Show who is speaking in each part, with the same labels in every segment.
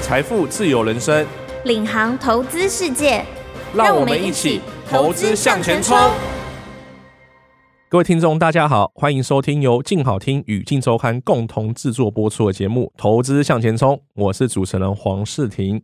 Speaker 1: 财富自由人生，
Speaker 2: 领航投资世界，
Speaker 1: 让我们一起投资向前冲。各位听众，大家好，欢迎收听由静好听与静周刊共同制作播出的节目《投资向前冲》，我是主持人黄世廷。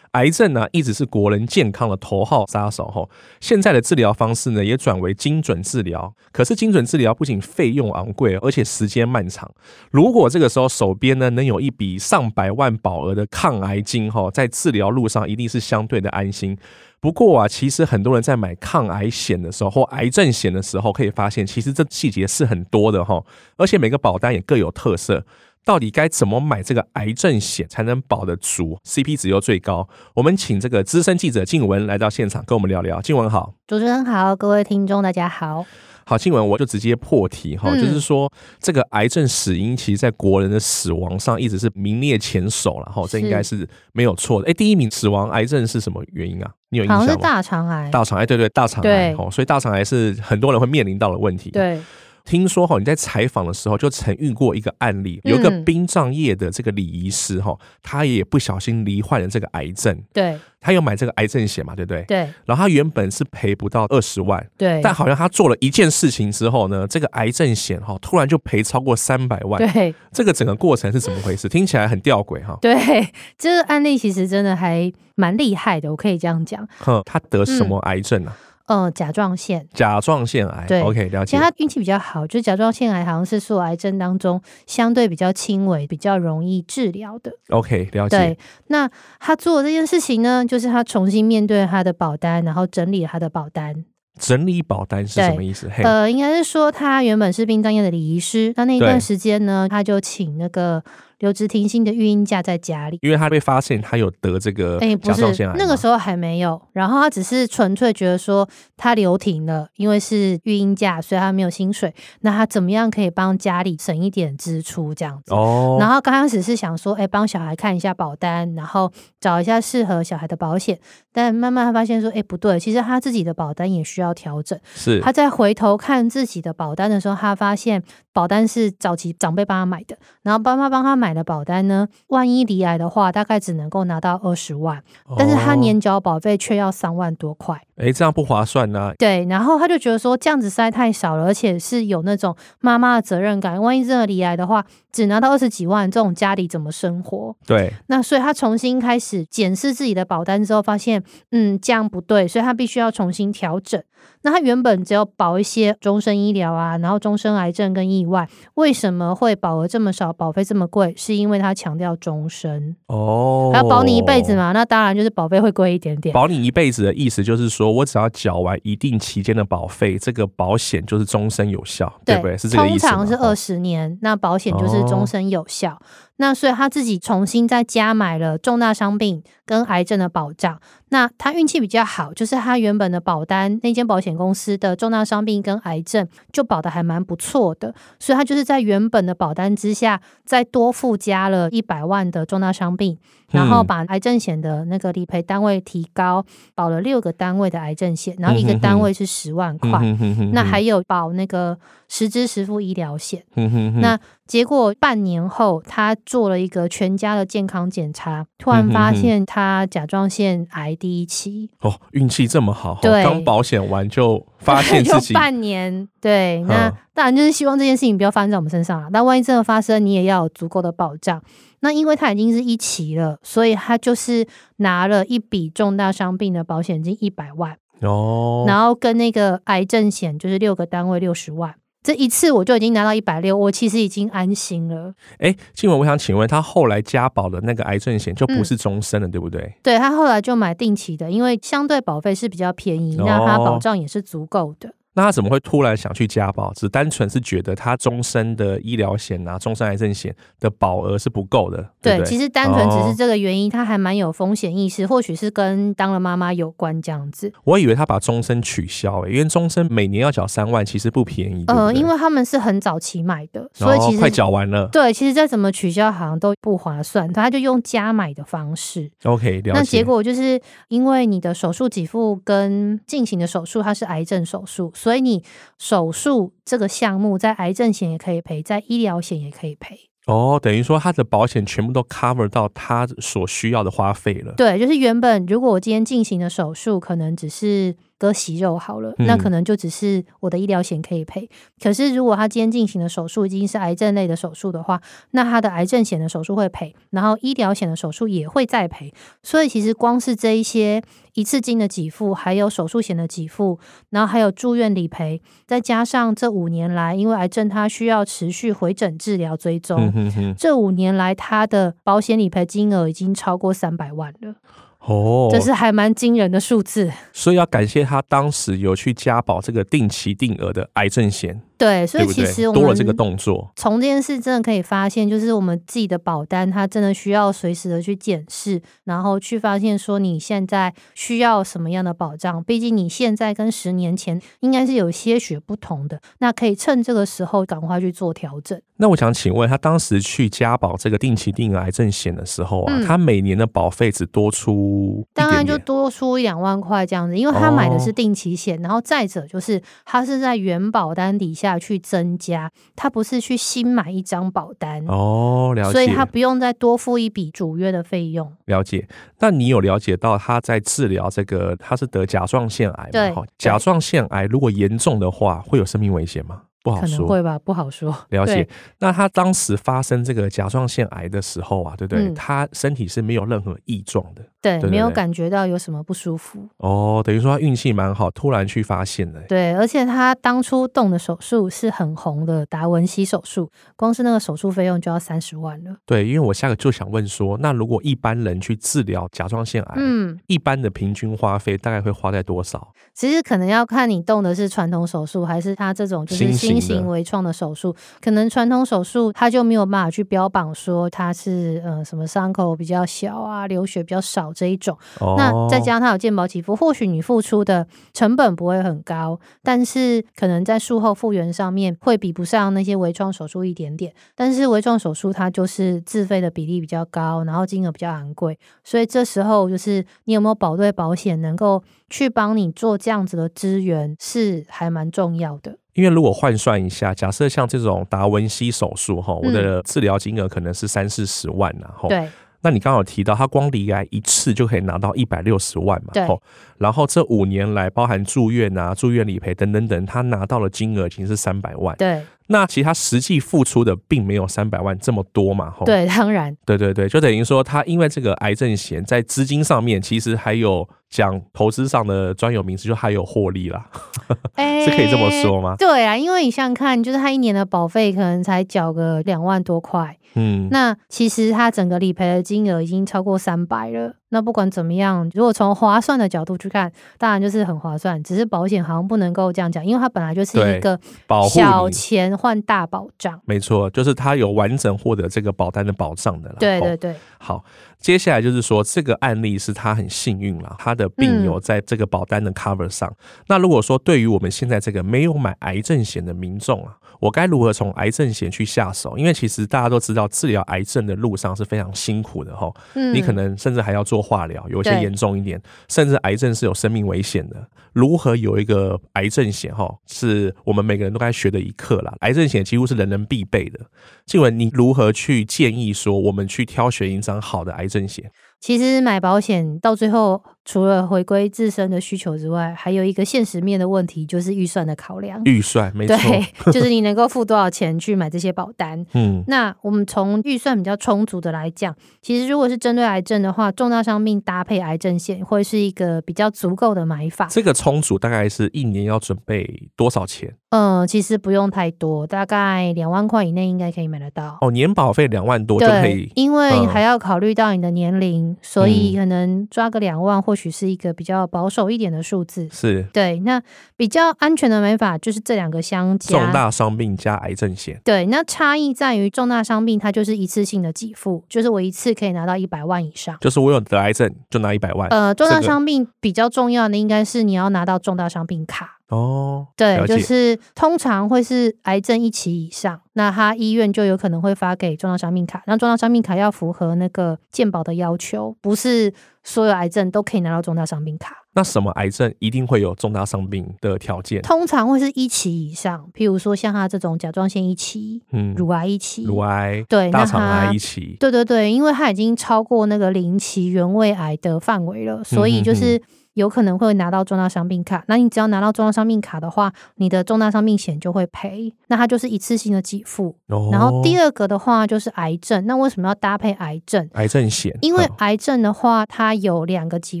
Speaker 1: 癌症呢、一直是国人健康的头号杀手吼，现在的治疗方式呢，也转为精准治疗。可是精准治疗不仅费用昂贵，而且时间漫长。如果这个时候手边呢能有一笔上百万保额的抗癌金哈，在治疗路上一定是相对的安心。不过啊，其实很多人在买抗癌险的时候或癌症险的时候，可以发现其实这细节是很多的哈，而且每个保单也各有特色。到底该怎么买这个癌症险才能保得足，CP 值又最高？我们请这个资深记者静文来到现场跟我们聊聊。静文好，
Speaker 3: 主持人好，各位听众大家好。
Speaker 1: 好，静文我就直接破题哈，
Speaker 3: 嗯
Speaker 1: 就是说这个癌症死因其实在国人的死亡上一直是名列前首了哈，这
Speaker 3: 是
Speaker 1: 应该是没有错的。哎，第一名死亡癌症是什么原因啊？你有印
Speaker 3: 好
Speaker 1: 象
Speaker 3: 像
Speaker 1: 吗
Speaker 3: 是？大肠癌，
Speaker 1: 大肠癌，哎对对，大肠癌
Speaker 3: 对
Speaker 1: 哦，所以大肠癌是很多人会面临到的问题。，
Speaker 3: 对，
Speaker 1: 听说哈，你在采访的时候就曾遇过一个案例，有一个
Speaker 3: 嗯
Speaker 1: 殡葬业的这个礼仪师哈，他也不小心罹患了这个癌症，
Speaker 3: 对，
Speaker 1: 他有买这个癌症险嘛，对不对？
Speaker 3: 对，
Speaker 1: 然后他原本是赔不到二十万，
Speaker 3: 对，
Speaker 1: 但好像他做了一件事情之后呢，这个癌症险哈突然就赔超过三百万，
Speaker 3: 对，
Speaker 1: 这个整个过程是怎么回事？听起来很吊诡哈。
Speaker 3: 对， 这个案例其实真的还蛮厉害的，我可以这样讲。
Speaker 1: 哼，他得什么癌症啊？
Speaker 3: 呃，甲状腺，
Speaker 1: 甲状腺癌。
Speaker 3: 嗯对
Speaker 1: o k 了
Speaker 3: 其
Speaker 1: 解
Speaker 3: 实。他运气比较好，就是甲状腺癌好像是所有癌症当中相对比较轻微、比较容易治疗的。
Speaker 1: OK，了解。
Speaker 3: 对，那他做这件事情呢，就是他重新面对他的保单，然后整理了他的保单。
Speaker 1: 整理保单是
Speaker 3: 对
Speaker 1: 什么意思？嘿，
Speaker 3: 呃，应该是说他原本是殡葬业的礼仪师，那那一
Speaker 1: 对
Speaker 3: 段时间呢，他就请那个留职停薪的育婴假在家里。
Speaker 1: 因为他被发现他有得这个
Speaker 3: 哎、不
Speaker 1: 甲
Speaker 3: 是
Speaker 1: 状腺癌嘛，
Speaker 3: 那个时候还没有，然后他只是纯粹觉得说他留停了，因为是育婴假，所以他没有薪水。那他怎么样可以帮家里省一点支出这样子？
Speaker 1: 哦，
Speaker 3: 然后刚开始是想说，哎、帮小孩看一下保单，然后找一下适合小孩的保险。但慢慢他发现说，哎、不对，其实他自己的保单也需要调整。
Speaker 1: 是
Speaker 3: 他在回头看自己的保单的时候，他发现保单是早期长辈帮他买的，然后爸妈帮他买的保单呢，万一离癌的话，大概只能够拿到二十万，但是他
Speaker 1: 哦
Speaker 3: 年缴保费却要三万多块。
Speaker 1: 哎这样不划算呐。
Speaker 3: 对，然后他就觉得说这样子实在太少了，而且是有那种妈妈的责任感，万一真的离癌的话，只拿到二十几万，这种家里怎么生活？
Speaker 1: 对，
Speaker 3: 那所以他重新开始检视自己的保单之后，发现嗯这样不对，所以他必须要重新调整。那他原本只有保一些终身医疗啊，然后终身癌症跟意外，为什么会保额这么少，保费这么贵？是因为他强调终身，
Speaker 1: 哦，
Speaker 3: 他要保你一辈子嘛，那当然就是保费会贵一点点。
Speaker 1: 保你一辈子的意思就是说，我只要缴完一定期间的保费，这个保险就是终身有效，对不对？是这个意
Speaker 3: 通
Speaker 1: 思吗。
Speaker 3: 常是
Speaker 1: 哦
Speaker 3: 二十年，那保险就是终身有效。那所以他自己重新再加买了重大伤病跟癌症的保障。那他运气比较好，就是他原本的保单那间保险公司的重大伤病跟癌症就保的还蛮不错的，所以他就是在原本的保单之下再多附加了一百万的重大伤病，然后
Speaker 1: 嗯
Speaker 3: 把癌症险的那个理赔单位提高，保了六个单位的癌症险，然后一
Speaker 1: 嗯
Speaker 3: 个
Speaker 1: 哼哼
Speaker 3: 单位是十万块。
Speaker 1: 嗯哼嗯哼哼
Speaker 3: 那还有保那个实支实付医疗险。
Speaker 1: 哼哼哼
Speaker 3: 那结果半年后，他做了一个全家的健康检查，
Speaker 1: 嗯
Speaker 3: 突然发现他甲状腺癌第一期，
Speaker 1: 哦，运气这么好，
Speaker 3: 对
Speaker 1: 刚保险完就发现自
Speaker 3: 就
Speaker 1: 己
Speaker 3: 半年。对，那
Speaker 1: 嗯
Speaker 3: 当然就是希望这件事情不要发生在我们身上了。但万一真的发生，你也要有足够的保障。那因为他已经是一期了，所以他就是拿了一笔重大伤病的保险金一百万。
Speaker 1: 哦，
Speaker 3: 然后跟那个癌症险就是六个单位六十万，这一次我就已经拿到一百六，我其实已经安心了。
Speaker 1: 哎，静文，我想请问，他后来加保的那个癌症险就
Speaker 3: 嗯
Speaker 1: 不是终身了，对不对？
Speaker 3: 对他后来就买定期的，因为相对保费是比较便宜，那他
Speaker 1: 哦
Speaker 3: 保障也是足够的。
Speaker 1: 那他怎么会突然想去加保？只单纯是觉得他终身的医疗险啊、终身癌症险的保额是不够的，
Speaker 3: 对，
Speaker 1: 不对？
Speaker 3: 其实单纯只
Speaker 1: 哦
Speaker 3: 是这个原因，他还蛮有风险意识，或许是跟当了妈妈有关这样子。
Speaker 1: 我以为他把终身取消、欸，因为终身每年要缴三万，其实不便宜。对不
Speaker 3: 呃，
Speaker 1: 对
Speaker 3: 因为他们是很早期买的，
Speaker 1: 然
Speaker 3: 所
Speaker 1: 后
Speaker 3: 以其实
Speaker 1: 快缴完了。
Speaker 3: 对，其实再怎么取消好像都不划算，他就用加买的方式。
Speaker 1: OK，了解。
Speaker 3: 那结果就是因为你的手术给付跟进行的手术它是癌症手术，所以你手术这个项目在癌症险也可以赔，在医疗险也可以赔。
Speaker 1: 哦，等于说他的保险全部都 cover 到他所需要的花费了。
Speaker 3: 对，就是原本如果我今天进行的手术可能只是割息肉好了，那
Speaker 1: 嗯
Speaker 3: 可能就只是我的医疗险可以赔。可是如果他今天进行的手术已经是癌症类的手术的话，那他的癌症险的手术会赔，然后医疗险的手术也会再赔。所以其实光是这一些一次金的给付，还有手术险的给付，然后还有住院理赔，再加上这五年来因为癌症它需要持续回诊治疗追踪，
Speaker 1: 嗯哼哼，
Speaker 3: 这五年来，他的保险理赔金额已经超过三百万了，
Speaker 1: 哦，
Speaker 3: 这是还蛮惊人的数字。
Speaker 1: 所以要感谢他当时有去加保这个定期定额的癌症险，
Speaker 3: 对，所
Speaker 1: 对
Speaker 3: 以
Speaker 1: 不
Speaker 3: 其
Speaker 1: 对
Speaker 3: 实？我
Speaker 1: 多了
Speaker 3: 们
Speaker 1: 这个动作，
Speaker 3: 从这件事真的可以发现，就是我们自己的保单，它真的需要随时的去检视，然后去发现说你现在需要什么样的保障。毕竟你现在跟十年前应该是有些许不同的，那可以趁这个时候赶快去做调整。
Speaker 1: 那我想请问，他当时去加保这个定期定额癌症险的时候啊，
Speaker 3: 嗯
Speaker 1: 他每年的保费只多出一
Speaker 3: 当然
Speaker 1: 点
Speaker 3: 就
Speaker 1: 点，
Speaker 3: 多出一两万块这样子，因为他买的
Speaker 1: 哦
Speaker 3: 是定期险，然后再者就是他是在原保单底下去增加，他不是去新买一张保单，
Speaker 1: 哦，了解，
Speaker 3: 所以他不用再多付一笔主约的费用。
Speaker 1: 了解。那你有了解到他在治疗这个他是得甲状腺癌
Speaker 3: 对
Speaker 1: 嘛？哈甲状腺癌如果严重的话，会有生命危险吗？不好
Speaker 3: 可能
Speaker 1: 说。
Speaker 3: 会吧，不好说。
Speaker 1: 了解
Speaker 3: 对，。
Speaker 1: 那他当时发生这个甲状腺癌的时候啊，对不对？
Speaker 3: 嗯
Speaker 1: 他身体是没有任何异状的
Speaker 3: 对，
Speaker 1: 对
Speaker 3: 没有
Speaker 1: 对
Speaker 3: 感觉到有什么不舒服。
Speaker 1: 哦，等于说他运气蛮好，突然去发现的、
Speaker 3: 对，而且他当初动的手术是很红的达文西手术，光是那个手术费用就要三十万了。
Speaker 1: 对，因为我下个就想问说，那如果一般人去治疗甲状腺癌，
Speaker 3: 嗯，
Speaker 1: 一般的平均花费大概会花在多少？
Speaker 3: 其实可能要看你动的是传统手术，还是他这种就是
Speaker 1: 新型的
Speaker 3: 新型微创的手术。可能传统手术他就没有办法去标榜说它是呃什么伤口比较小啊，流血比较少这一种。
Speaker 1: 哦
Speaker 3: 那再加上它有健保给付，或许你付出的成本不会很高，但是可能在术后复原上面会比不上那些微创手术一点点。但是微创手术它就是自费的比例比较高，然后金额比较昂贵，所以这时候就是你有没有保对保险能够去帮你做这样子的支援，是还蛮重要的。
Speaker 1: 因为如果换算一下，假设像这种达文西手术哈，我的治疗金额可能是三四十万呐、啊，吼
Speaker 3: 嗯对，
Speaker 1: 那你刚好提到，他光离癌一次就可以拿到一百六十万嘛，
Speaker 3: 对
Speaker 1: 吼然后这五年来，包含住院啊、住院理赔等等等，他拿到的金额已经是三百万。
Speaker 3: 对，
Speaker 1: 那其实他实际付出的并没有三百万这么多嘛，吼。
Speaker 3: 对，当然，
Speaker 1: 对对对，就等于说他因为这个癌症险，在资金上面其实还有讲投资上的专有名词，就还有获利啦，
Speaker 3: 哎
Speaker 1: 是可以这么说吗？
Speaker 3: 对啊，因为你想想看，就是他一年的保费可能才缴个两万多块，
Speaker 1: 嗯，
Speaker 3: 那其实他整个理赔的金额已经超过三百了。那不管怎么样，如果从划算的角度去看，当然就是很划算。只是保险好像不能够这样讲，因为它本来就是
Speaker 1: 对
Speaker 3: 一个
Speaker 1: 保护
Speaker 3: 小
Speaker 1: 你，
Speaker 3: 钱换大保障。
Speaker 1: 没错，就是他有完整获得这个保单的保障的啦。
Speaker 3: 对
Speaker 1: 吼
Speaker 3: 对对，
Speaker 1: 好，接下来就是说这个案例是他很幸运啦，他的病
Speaker 3: 嗯
Speaker 1: 有在这个保单的 cover 上。那如果说对于我们现在这个没有买癌症险的民众啊，我该如何从癌症险去下手？因为其实大家都知道，治疗癌症的路上是非常辛苦的哈，
Speaker 3: 嗯
Speaker 1: 你可能甚至还要做化疗，有一些
Speaker 3: 对
Speaker 1: 严重一点，甚至癌症是有生命危险的。如何有一个癌症险哈，是我们每个人都该学的一课啦。癌症险几乎是人人必备的。静文，你如何去建议说我们去挑选一张好的癌症险？
Speaker 3: 其实买保险到最后，除了回归自身的需求之外，还有一个现实面的问题，就是预算的考量。
Speaker 1: 预算没错，
Speaker 3: 对，就是你能够付多少钱去买这些保单。
Speaker 1: 嗯，
Speaker 3: 那我们从预算比较充足的来讲，其实如果是针对癌症的话，重大伤病搭配癌症险会是一个比较足够的买法。
Speaker 1: 这个充足大概是一年要准备多少钱？
Speaker 3: 嗯，其实不用太多，大概两万块以内应该可以买得到。
Speaker 1: 哦，年保费两万多就可
Speaker 3: 对
Speaker 1: 以，。
Speaker 3: 因为
Speaker 1: 嗯
Speaker 3: 还要考虑到你的年龄，所以
Speaker 1: 嗯
Speaker 3: 可能抓个两万，或许是一个比较保守一点的数字。
Speaker 1: 是
Speaker 3: 对，那比较安全的买法就是这两个相加，
Speaker 1: 重大伤病加癌症险，
Speaker 3: 对，那差异在于重大伤病它就是一次性的给付，就是我一次可以拿到一百万以上。
Speaker 1: 就是我有得癌症就拿一百万。
Speaker 3: 呃，重
Speaker 1: 这
Speaker 3: 大
Speaker 1: 个
Speaker 3: 伤病比较重要的应该是你要拿到重大伤病卡，
Speaker 1: 哦，
Speaker 3: 对
Speaker 1: 了，
Speaker 3: 就
Speaker 1: 解
Speaker 3: 是通常会是癌症一期以上，那他医院就有可能会发给重大伤病卡，那重大伤病卡要符合那个健保的要求，不是所有癌症都可以拿到重大伤病卡。
Speaker 1: 那什么癌症一定会有重大伤病的条件？
Speaker 3: 通常会是一期以上，譬如说像他这种甲状腺一期、
Speaker 1: 嗯，
Speaker 3: 乳癌一期，
Speaker 1: 乳癌、
Speaker 3: 对，
Speaker 1: 大
Speaker 3: 那
Speaker 1: 肠
Speaker 3: 他
Speaker 1: 癌一起，
Speaker 3: 对对对，因为它已经超过那个零期原位癌的范围了，所以就
Speaker 1: 嗯哼
Speaker 3: 是有可能会拿到重大伤病卡。那你只要拿到重大伤病卡的话，你的重大伤病险就会赔，那它就是一次性的给付。然后第
Speaker 1: 二
Speaker 3: 二个的话就是癌症，那为什么要搭配癌症？
Speaker 1: 癌症险，
Speaker 3: 因为
Speaker 1: 哦
Speaker 3: 癌症的话，它有两个给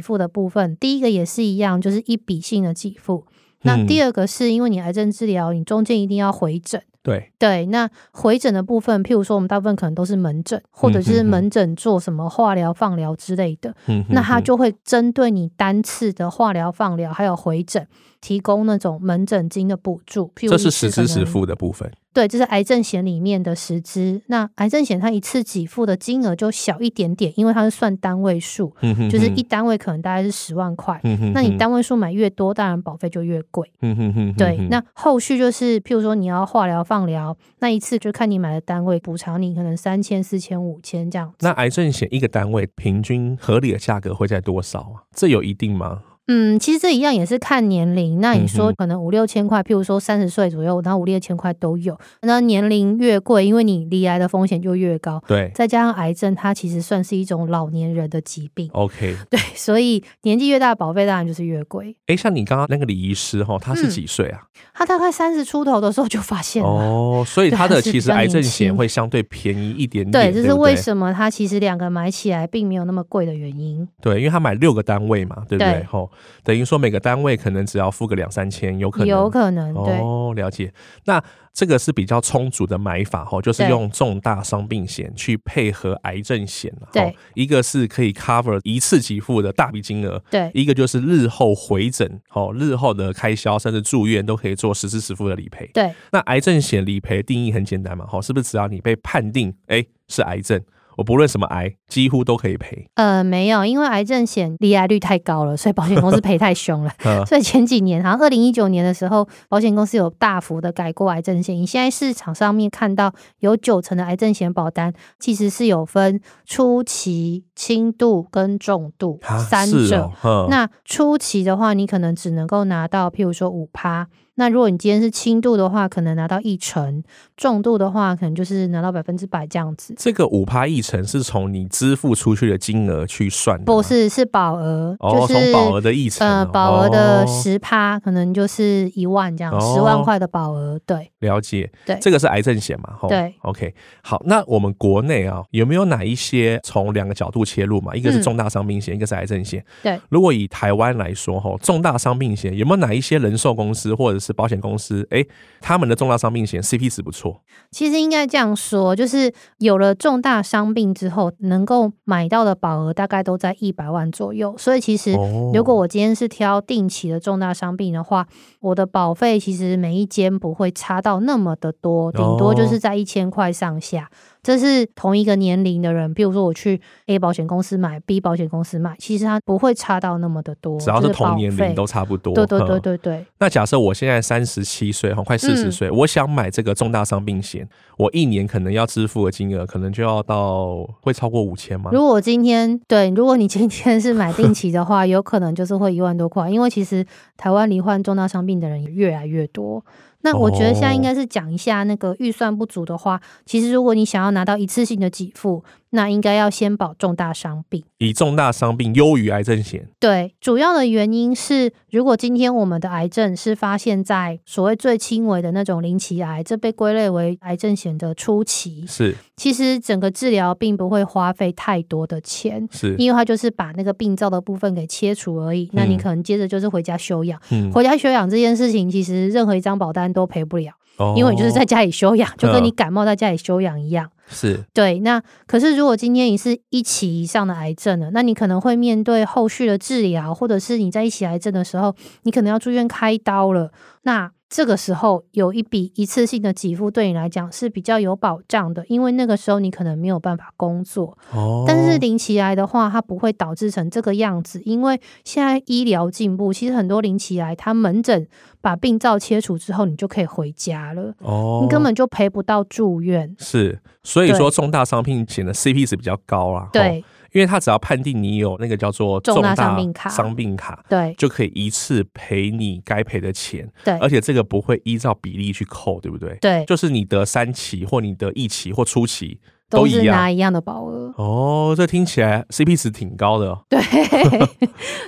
Speaker 3: 付的部分，第一个也是一样，就是一笔性的给付。那
Speaker 1: 嗯
Speaker 3: 第二个是因为你癌症治疗，你中间一定要回诊。
Speaker 1: 对
Speaker 3: 对，那回诊的部分，譬如说我们大部分可能都是门诊，或者是
Speaker 1: 嗯嗯嗯
Speaker 3: 门诊做什么化疗、放疗之类的，
Speaker 1: 嗯
Speaker 3: 那他
Speaker 1: 哼
Speaker 3: 就会针对你单次的化疗、放疗还有回诊，提供那种门诊金的补助。譬如
Speaker 1: 这是
Speaker 3: 一次
Speaker 1: 实
Speaker 3: 可
Speaker 1: 支实
Speaker 3: 能
Speaker 1: 付的部分，
Speaker 3: 对，这是癌症险里面的实支。那癌症险它一次给付的金额就小一点点，因为它是算单位数，
Speaker 1: 嗯哼
Speaker 3: 就是
Speaker 1: 哼
Speaker 3: 一，单位可能大概是十万块。
Speaker 1: 嗯哼
Speaker 3: 那你
Speaker 1: 哼，
Speaker 3: 单位数买越多，当然保费就越贵。
Speaker 1: 嗯哼哼哼
Speaker 3: 对，
Speaker 1: 哼
Speaker 3: 那后续就是，譬如说你要化疗、放疗，那一次就看你买的单位补偿你可能三千、四千、五千这样子。
Speaker 1: 那癌症险一个单位平均合理的价格会在多少啊？这有一定吗？
Speaker 3: 嗯，其实这一样也是看年龄。那你
Speaker 1: 嗯
Speaker 3: 说
Speaker 1: 哼
Speaker 3: 可能五六千块，譬如说三十岁左右，然后五六千块都有。那年龄越贵，因为你罹癌的风险就越高，
Speaker 1: 对
Speaker 3: 再加上癌症，它其实算是一种老年人的疾病。
Speaker 1: ，OK，
Speaker 3: 对，所以年纪越大，保费当然就是越贵。
Speaker 1: 哎，像你刚刚那个李医师哈，他是
Speaker 3: 嗯
Speaker 1: 几岁啊？
Speaker 3: 他大概三十出头的时候就发现了。
Speaker 1: 哦，所以
Speaker 3: 对
Speaker 1: 他
Speaker 3: 他
Speaker 1: 的
Speaker 3: 是
Speaker 1: 其
Speaker 3: 比
Speaker 1: 实
Speaker 3: 较
Speaker 1: 癌
Speaker 3: 年
Speaker 1: 症险
Speaker 3: 轻
Speaker 1: 会相对便宜一点点，
Speaker 3: 对，这是
Speaker 1: 不
Speaker 3: 为
Speaker 1: 对
Speaker 3: 什么它其实两个买起来并没有那么贵的原因。
Speaker 1: 对，因为他买六个单位嘛，对不对？
Speaker 3: 对
Speaker 1: 吼，等于说每个单位可能只要付个两三千，有可能。
Speaker 3: 有可能，对、
Speaker 1: 哦，了解。那这个是比较充足的买法吼，就是
Speaker 3: 对
Speaker 1: 用重大伤病险去配合癌症险啦吼
Speaker 3: 对，
Speaker 1: 一个是可以 cover 一次给付的大笔金额，
Speaker 3: 对
Speaker 1: 一个就是日后回诊哦，日后的开销甚至住院都可以做实支实付的理赔。
Speaker 3: 对
Speaker 1: 那癌症险理赔定义很简单嘛，吼，是不是只要你被判定哎、是癌症，我不论什么癌，几乎都可以赔？
Speaker 3: 呃，没有，因为癌症险罹癌率太高了，所以保险公司赔太 凶了。
Speaker 1: 呃，
Speaker 3: 所以前几年，好像二零一九年的时候，保险公司有大幅的改过癌症险。你现在市场上面看到有九成的癌症险保单，其实是有分初期、轻度跟重度
Speaker 1: 啊
Speaker 3: 三
Speaker 1: 是
Speaker 3: 者
Speaker 1: 哦。，嗯
Speaker 3: 那初期的话，你可能只能够拿到，譬如说五趴。那如果你今天是轻度的话，可能拿到一成；重度的话，可能就是拿到百分之百这样子。
Speaker 1: 这个五趴一成是从你支付出去的金额去算的吗，
Speaker 3: 不是，是保额，
Speaker 1: 哦，
Speaker 3: 就
Speaker 1: 从
Speaker 3: 是
Speaker 1: 保额的一成哦、
Speaker 3: 呃保额的
Speaker 1: 哦、
Speaker 3: 十趴，可能就是一万这样，
Speaker 1: 哦
Speaker 3: 十、万块的保额。对，
Speaker 1: 了解，
Speaker 3: 对
Speaker 1: 这个是癌症险嘛，吼，
Speaker 3: 对
Speaker 1: ，OK，好，那我们国内啊，有没有哪一些从两个角度切入嘛？一个是
Speaker 3: 嗯
Speaker 1: 重大伤病险，一个是癌症险。
Speaker 3: 对，
Speaker 1: 如果以台湾来说，吼，重大伤病险有没有哪一些人寿公司或者是保险公司，哎、他们的重大伤病险 CP 值不错？
Speaker 3: 其实应该这样说，就是有了重大伤病之后，能够买到的保额大概都在一百万左右。所以其实
Speaker 1: 哦
Speaker 3: 如果我今天是挑定期的重大伤病的话，我的保费其实每一间不会差到那么的多，顶多
Speaker 1: 哦
Speaker 3: 就是在一千块上下。这是同一个年龄的人，比如说我去 A 保险公司买，B 保险公司买，其实它不会差到那么的多，
Speaker 1: 只要是
Speaker 3: 就是保
Speaker 1: 同年
Speaker 3: 费
Speaker 1: 龄都差不多，
Speaker 3: 对对对
Speaker 1: 嗯
Speaker 3: 对对，
Speaker 1: 那假设我现在三十七岁，哈，快四十
Speaker 3: 嗯
Speaker 1: 岁，我想买这个重大伤病险，我一年可能要支付的金额，可能就要到会超过五千吗？
Speaker 3: 如果我今天对，如果你今天是买定期的话，有 可能就是会一万多块，因为其实台湾罹患重大伤病的人也越来越多。那我觉得现在应该是讲一下那个预算不足的话，其实如果你想要拿到一次性的给付，那应该要先保重大伤病。
Speaker 1: 以重大伤病优于癌症险，
Speaker 3: 对，主要的原因是，如果今天我们的癌症是发现在所谓最轻微的那种零期癌，这被归类为癌症险的初期，
Speaker 1: 是
Speaker 3: 其实整个治疗并不会花费太多的钱。
Speaker 1: 是，
Speaker 3: 因为它就是把那个病灶的部分给切除而已。那你
Speaker 1: 嗯
Speaker 3: 可能接着就是回家休养。
Speaker 1: 嗯
Speaker 3: 回家休养这件事情，其实任何一张保单都赔不了，
Speaker 1: 哦
Speaker 3: 因为你就是在家里休养，就跟
Speaker 1: 嗯
Speaker 3: 你感冒在家里休养一样。
Speaker 1: 是
Speaker 3: 对，那可是如果今天你是一期以上的癌症了，那你可能会面对后续的治疗，或者是你在一期癌症的时候，你可能要住院开刀了。那这个时候有一笔一次性的给付，对你来讲是比较有保障的，因为那个时候你可能没有办法工作。
Speaker 1: 哦，
Speaker 3: 但是零起来的话，它不会导致成这个样子，因为现在医疗进步，其实很多零起来，它门诊把病灶切除之后，你就可以回家了，
Speaker 1: 哦，
Speaker 3: 你根本就赔不到住院。
Speaker 1: 是，所以
Speaker 3: 对
Speaker 1: 说重大伤病险的 CP 值比较高啦。
Speaker 3: 对
Speaker 1: 齁，因为它只要判定你有那个叫做
Speaker 3: 重大伤病卡
Speaker 1: 伤病卡，
Speaker 3: 对
Speaker 1: 就可以一次赔你该赔的钱，
Speaker 3: 对
Speaker 1: 而且这个不会依照比例去扣，对不对？
Speaker 3: 对，
Speaker 1: 就是你得三期或你得一期或初期都
Speaker 3: 都
Speaker 1: 一
Speaker 3: 是
Speaker 1: 样
Speaker 3: 拿一样的保 额。
Speaker 1: 哦，这听起来 CP 值挺高的哦。
Speaker 3: 对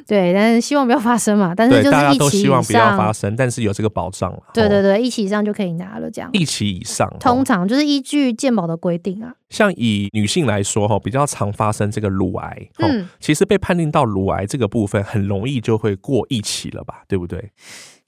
Speaker 3: 对，但是希望不要发生嘛。但是
Speaker 1: 对，
Speaker 3: 就
Speaker 1: 大
Speaker 3: 是
Speaker 1: 家
Speaker 3: 一
Speaker 1: 都
Speaker 3: 起
Speaker 1: 希
Speaker 3: 以
Speaker 1: 望不要发
Speaker 3: 上，
Speaker 1: 生，哦但是有这个保障了。
Speaker 3: 对对
Speaker 1: 齁，
Speaker 3: 对，一起以上就可以拿了这样。
Speaker 1: 一期以上。齁
Speaker 3: 通常就是依据健保的规定啊，
Speaker 1: 像以女性来说，哈，比较常发生这个乳癌，齁
Speaker 3: 嗯
Speaker 1: 其实被判定到乳癌这个部分，很容易就会过一期了吧，对不对？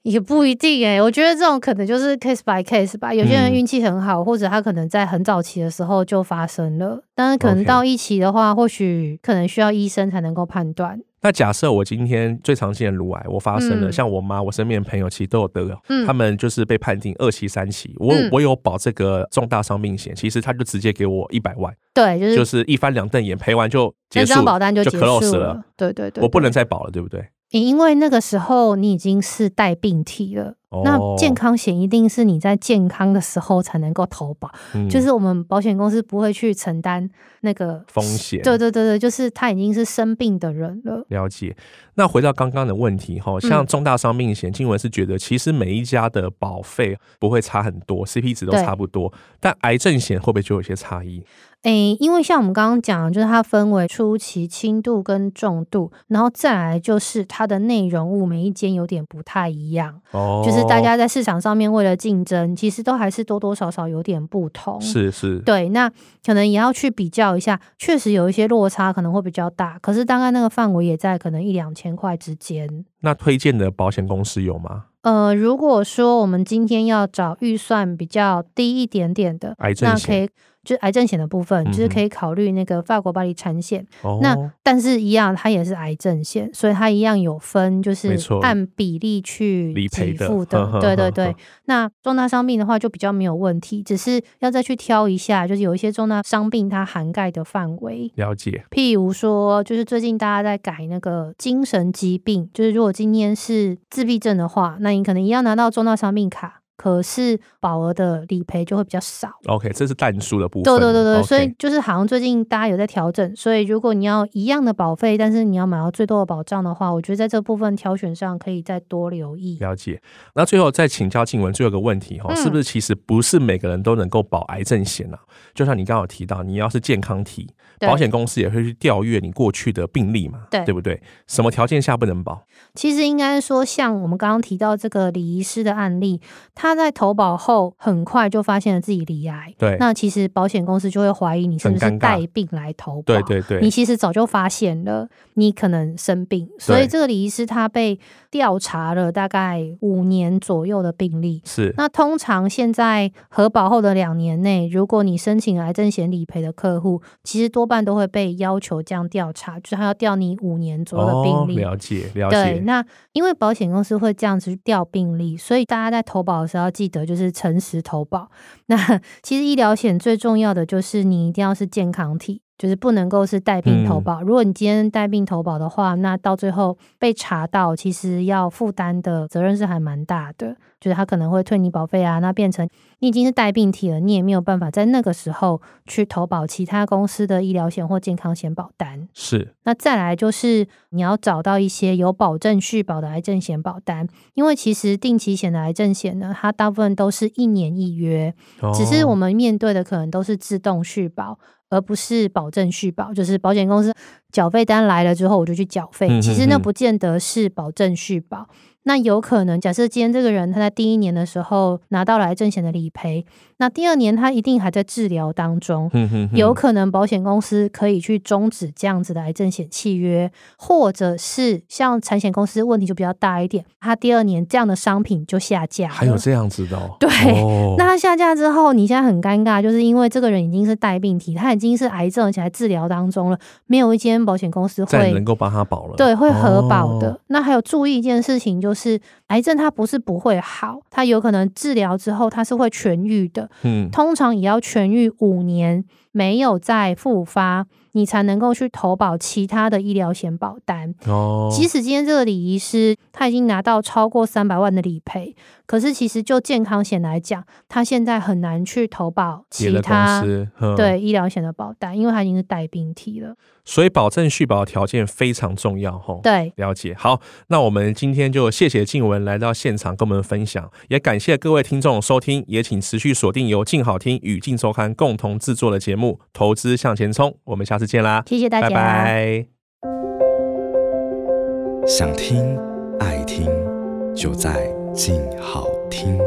Speaker 3: 也不一定诶、我觉得这种可能就是 case by case 吧。有些
Speaker 1: 嗯
Speaker 3: 人运气很好，或者他可能在很早期的时候就发生了，但是可能
Speaker 1: OK
Speaker 3: 到一期的话，或许可能需要医生才能够判断。
Speaker 1: 那假设我今天最常见的乳癌，我发生了，
Speaker 3: 嗯
Speaker 1: 像我妈、我身边的朋友其实都有得了，
Speaker 3: 嗯
Speaker 1: 他们就是被判定二期、三期。我、
Speaker 3: 嗯
Speaker 1: 我有保这个重大伤病险，其实他就直接给我一百万，
Speaker 3: 对，就是、
Speaker 1: 就是一翻两瞪眼，赔完就结
Speaker 3: 嗯那
Speaker 1: 束，
Speaker 3: 张保单就结
Speaker 1: close
Speaker 3: 束
Speaker 1: 了，。
Speaker 3: 对对对，
Speaker 1: 我不
Speaker 3: 对
Speaker 1: 能再保了，对不对？
Speaker 3: 你因为那个时候你已经是带病体了，那
Speaker 1: 哦
Speaker 3: 健康险一定是你在健康的时候才能够投保，
Speaker 1: 嗯
Speaker 3: 就是我们保险公司不会去承担那个
Speaker 1: 风险
Speaker 3: 对对对对，就是他已经是生病的人了。
Speaker 1: 了解。那回到刚刚的问题
Speaker 3: 嗯
Speaker 1: 哈，像重大伤病险，静文是觉得其实每一家的保费不会差很多，CP 值都
Speaker 3: 对
Speaker 1: 差不多，但癌症险会不会就有一些差异？
Speaker 3: 诶，因为像我们刚刚讲的，就是它分为初期、轻度跟重度，然后再来就是它的内容物每一间有点不太一样，
Speaker 1: 哦
Speaker 3: 就是大家在市场上面为了竞争，其实都还是多多少少有点不同。
Speaker 1: 是是
Speaker 3: 对，那可能也要去比较一下，确实有一些落差可能会比较大，可是大概那个范围也在可能一两千块之间。
Speaker 1: 那推荐的保险公司有吗？
Speaker 3: 呃，如果说我们今天要找预算比较低一点点的，
Speaker 1: 癌症
Speaker 3: 那可
Speaker 1: 险
Speaker 3: 以就是癌症险的部分，就是
Speaker 1: 嗯哼
Speaker 3: 可以考虑那个法国巴黎产险。
Speaker 1: 哦，
Speaker 3: 那但是一样，它也是癌症险，所以它一样有分，就
Speaker 1: 没
Speaker 3: 是
Speaker 1: 错
Speaker 3: 按比例去
Speaker 1: 理赔
Speaker 3: 给
Speaker 1: 的
Speaker 3: 付
Speaker 1: 呵呵
Speaker 3: 的。对
Speaker 1: 呵
Speaker 3: 对
Speaker 1: 呵
Speaker 3: 对。那重大伤病的话就比较没有问题，只是要再去挑一下，就是有一些重大伤病它涵盖的范围。
Speaker 1: 了解
Speaker 3: 譬如说，就是最近大家在改那个精神疾病，就是如果今天是自闭症的话，那你可能一样拿到重大伤病卡，可是保额的理赔就会比较少。
Speaker 1: ，OK，这是淡数的部分。
Speaker 3: 对对对对，
Speaker 1: OK
Speaker 3: 所以就是好像最近大家有在调整，所以如果你要一样的保费，但是你要买到最多的保障的话，我觉得在这部分挑选上可以再多留意。
Speaker 1: 了解。那最后再请教静文最后一个问题哈，
Speaker 3: 嗯
Speaker 1: 是不是其实不是每个人都能够保癌症险啊？就像你刚刚有提到，你要是健康体，
Speaker 3: 对
Speaker 1: 保险公司也会去调阅你过去的病例嘛，
Speaker 3: 对
Speaker 1: 不对？什么条件下不能保？
Speaker 3: 其实应该说，像我们刚刚提到这个李医师的案例，他在投保后很快就发现了自己罹癌，
Speaker 1: 对，
Speaker 3: 那其实保险公司就会怀疑你是不
Speaker 1: 很尴
Speaker 3: 是
Speaker 1: 尬
Speaker 3: 带病来投保。
Speaker 1: 对对对
Speaker 3: 你，其实早就发现了，你可能生病，所以这个李医师他被调查了大概五年左右的病例。
Speaker 1: 是
Speaker 3: 那通常现在核保后的两年内，如果你申请癌症险理赔的客户，其实多半都会被要求这样调查，就是他要调你五年左右的
Speaker 1: 哦，
Speaker 3: 病例。
Speaker 1: 了解了
Speaker 3: 对，
Speaker 1: 解，
Speaker 3: 那因为保险公司会这样子去调病例，所以大家在投保的时候要记得就是诚实投保。 那其实医疗险最重要的就是你一定要是健康体，就是不能够是带病投
Speaker 1: 嗯
Speaker 3: 保。如果你今天带病投保的话，那到最后被查到，其实要负担的责任是还蛮大的，就是他可能会退你保费啊，那变成你已经是带病体了，你也没有办法在那个时候去投保其他公司的医疗险或健康险保单。
Speaker 1: 是
Speaker 3: 那再来就是你要找到一些有保证续保的癌症险保单，因为其实定期险的癌症险呢，它大部分都是一年一约，
Speaker 1: 哦
Speaker 3: 只是我
Speaker 1: 们
Speaker 3: 们面对的可能都是自动续保，而不是保证续保，就是保险公司缴费单来了之后我就去缴费，
Speaker 1: 嗯
Speaker 3: 其实那
Speaker 1: 嗯嗯
Speaker 3: 不见得是保证续保。那有可能，假设今天这个人他在第一年的时候拿到了癌症险的理赔，那第二年他一定还在治疗当中，
Speaker 1: 嗯
Speaker 3: 有可能保险公司可以去终止这样子的癌症险契约，或者是像产险公司问题就比较大一点，它第二年这样的商品就下架了。
Speaker 1: 还有这样子的哦，
Speaker 3: 对
Speaker 1: 哦
Speaker 3: 那它下架之后，你现在很尴尬，就是因为这个人已经是带病体，他已经是癌症，而且还治疗当中了，没有一间保险公司
Speaker 1: 再
Speaker 3: 会
Speaker 1: 能够帮他保了，
Speaker 3: 对会核保的。
Speaker 1: 哦
Speaker 3: 那还有注意一件事情，就是癌症它不是不会好，它有可能治疗之后它是会痊愈的，
Speaker 1: 嗯，
Speaker 3: 通常也要痊愈五年，没有再复发，你才能够去投保其他的医疗险保单。
Speaker 1: 哦，
Speaker 3: 即使今天这个礼仪师他已经拿到超过三百万的理赔，可是其实就健康险来讲，他现在很难去投保
Speaker 1: 别
Speaker 3: 其
Speaker 1: 的公
Speaker 3: 他
Speaker 1: 司，嗯，
Speaker 3: 对医疗险的保单，因为他已经是带病体了。
Speaker 1: 所以保证续保的条件非常重要，吼。
Speaker 3: 对，
Speaker 1: 了解，好，那我们今天就谢谢静文来到现场跟我们分享，也感谢各位听众的收听，也请持续锁定由静好听与静周刊共同制作的节目《投资向前冲》，我们下次见啦，
Speaker 3: 谢谢大家。
Speaker 1: 拜拜。
Speaker 4: 想听爱听，就在静好听。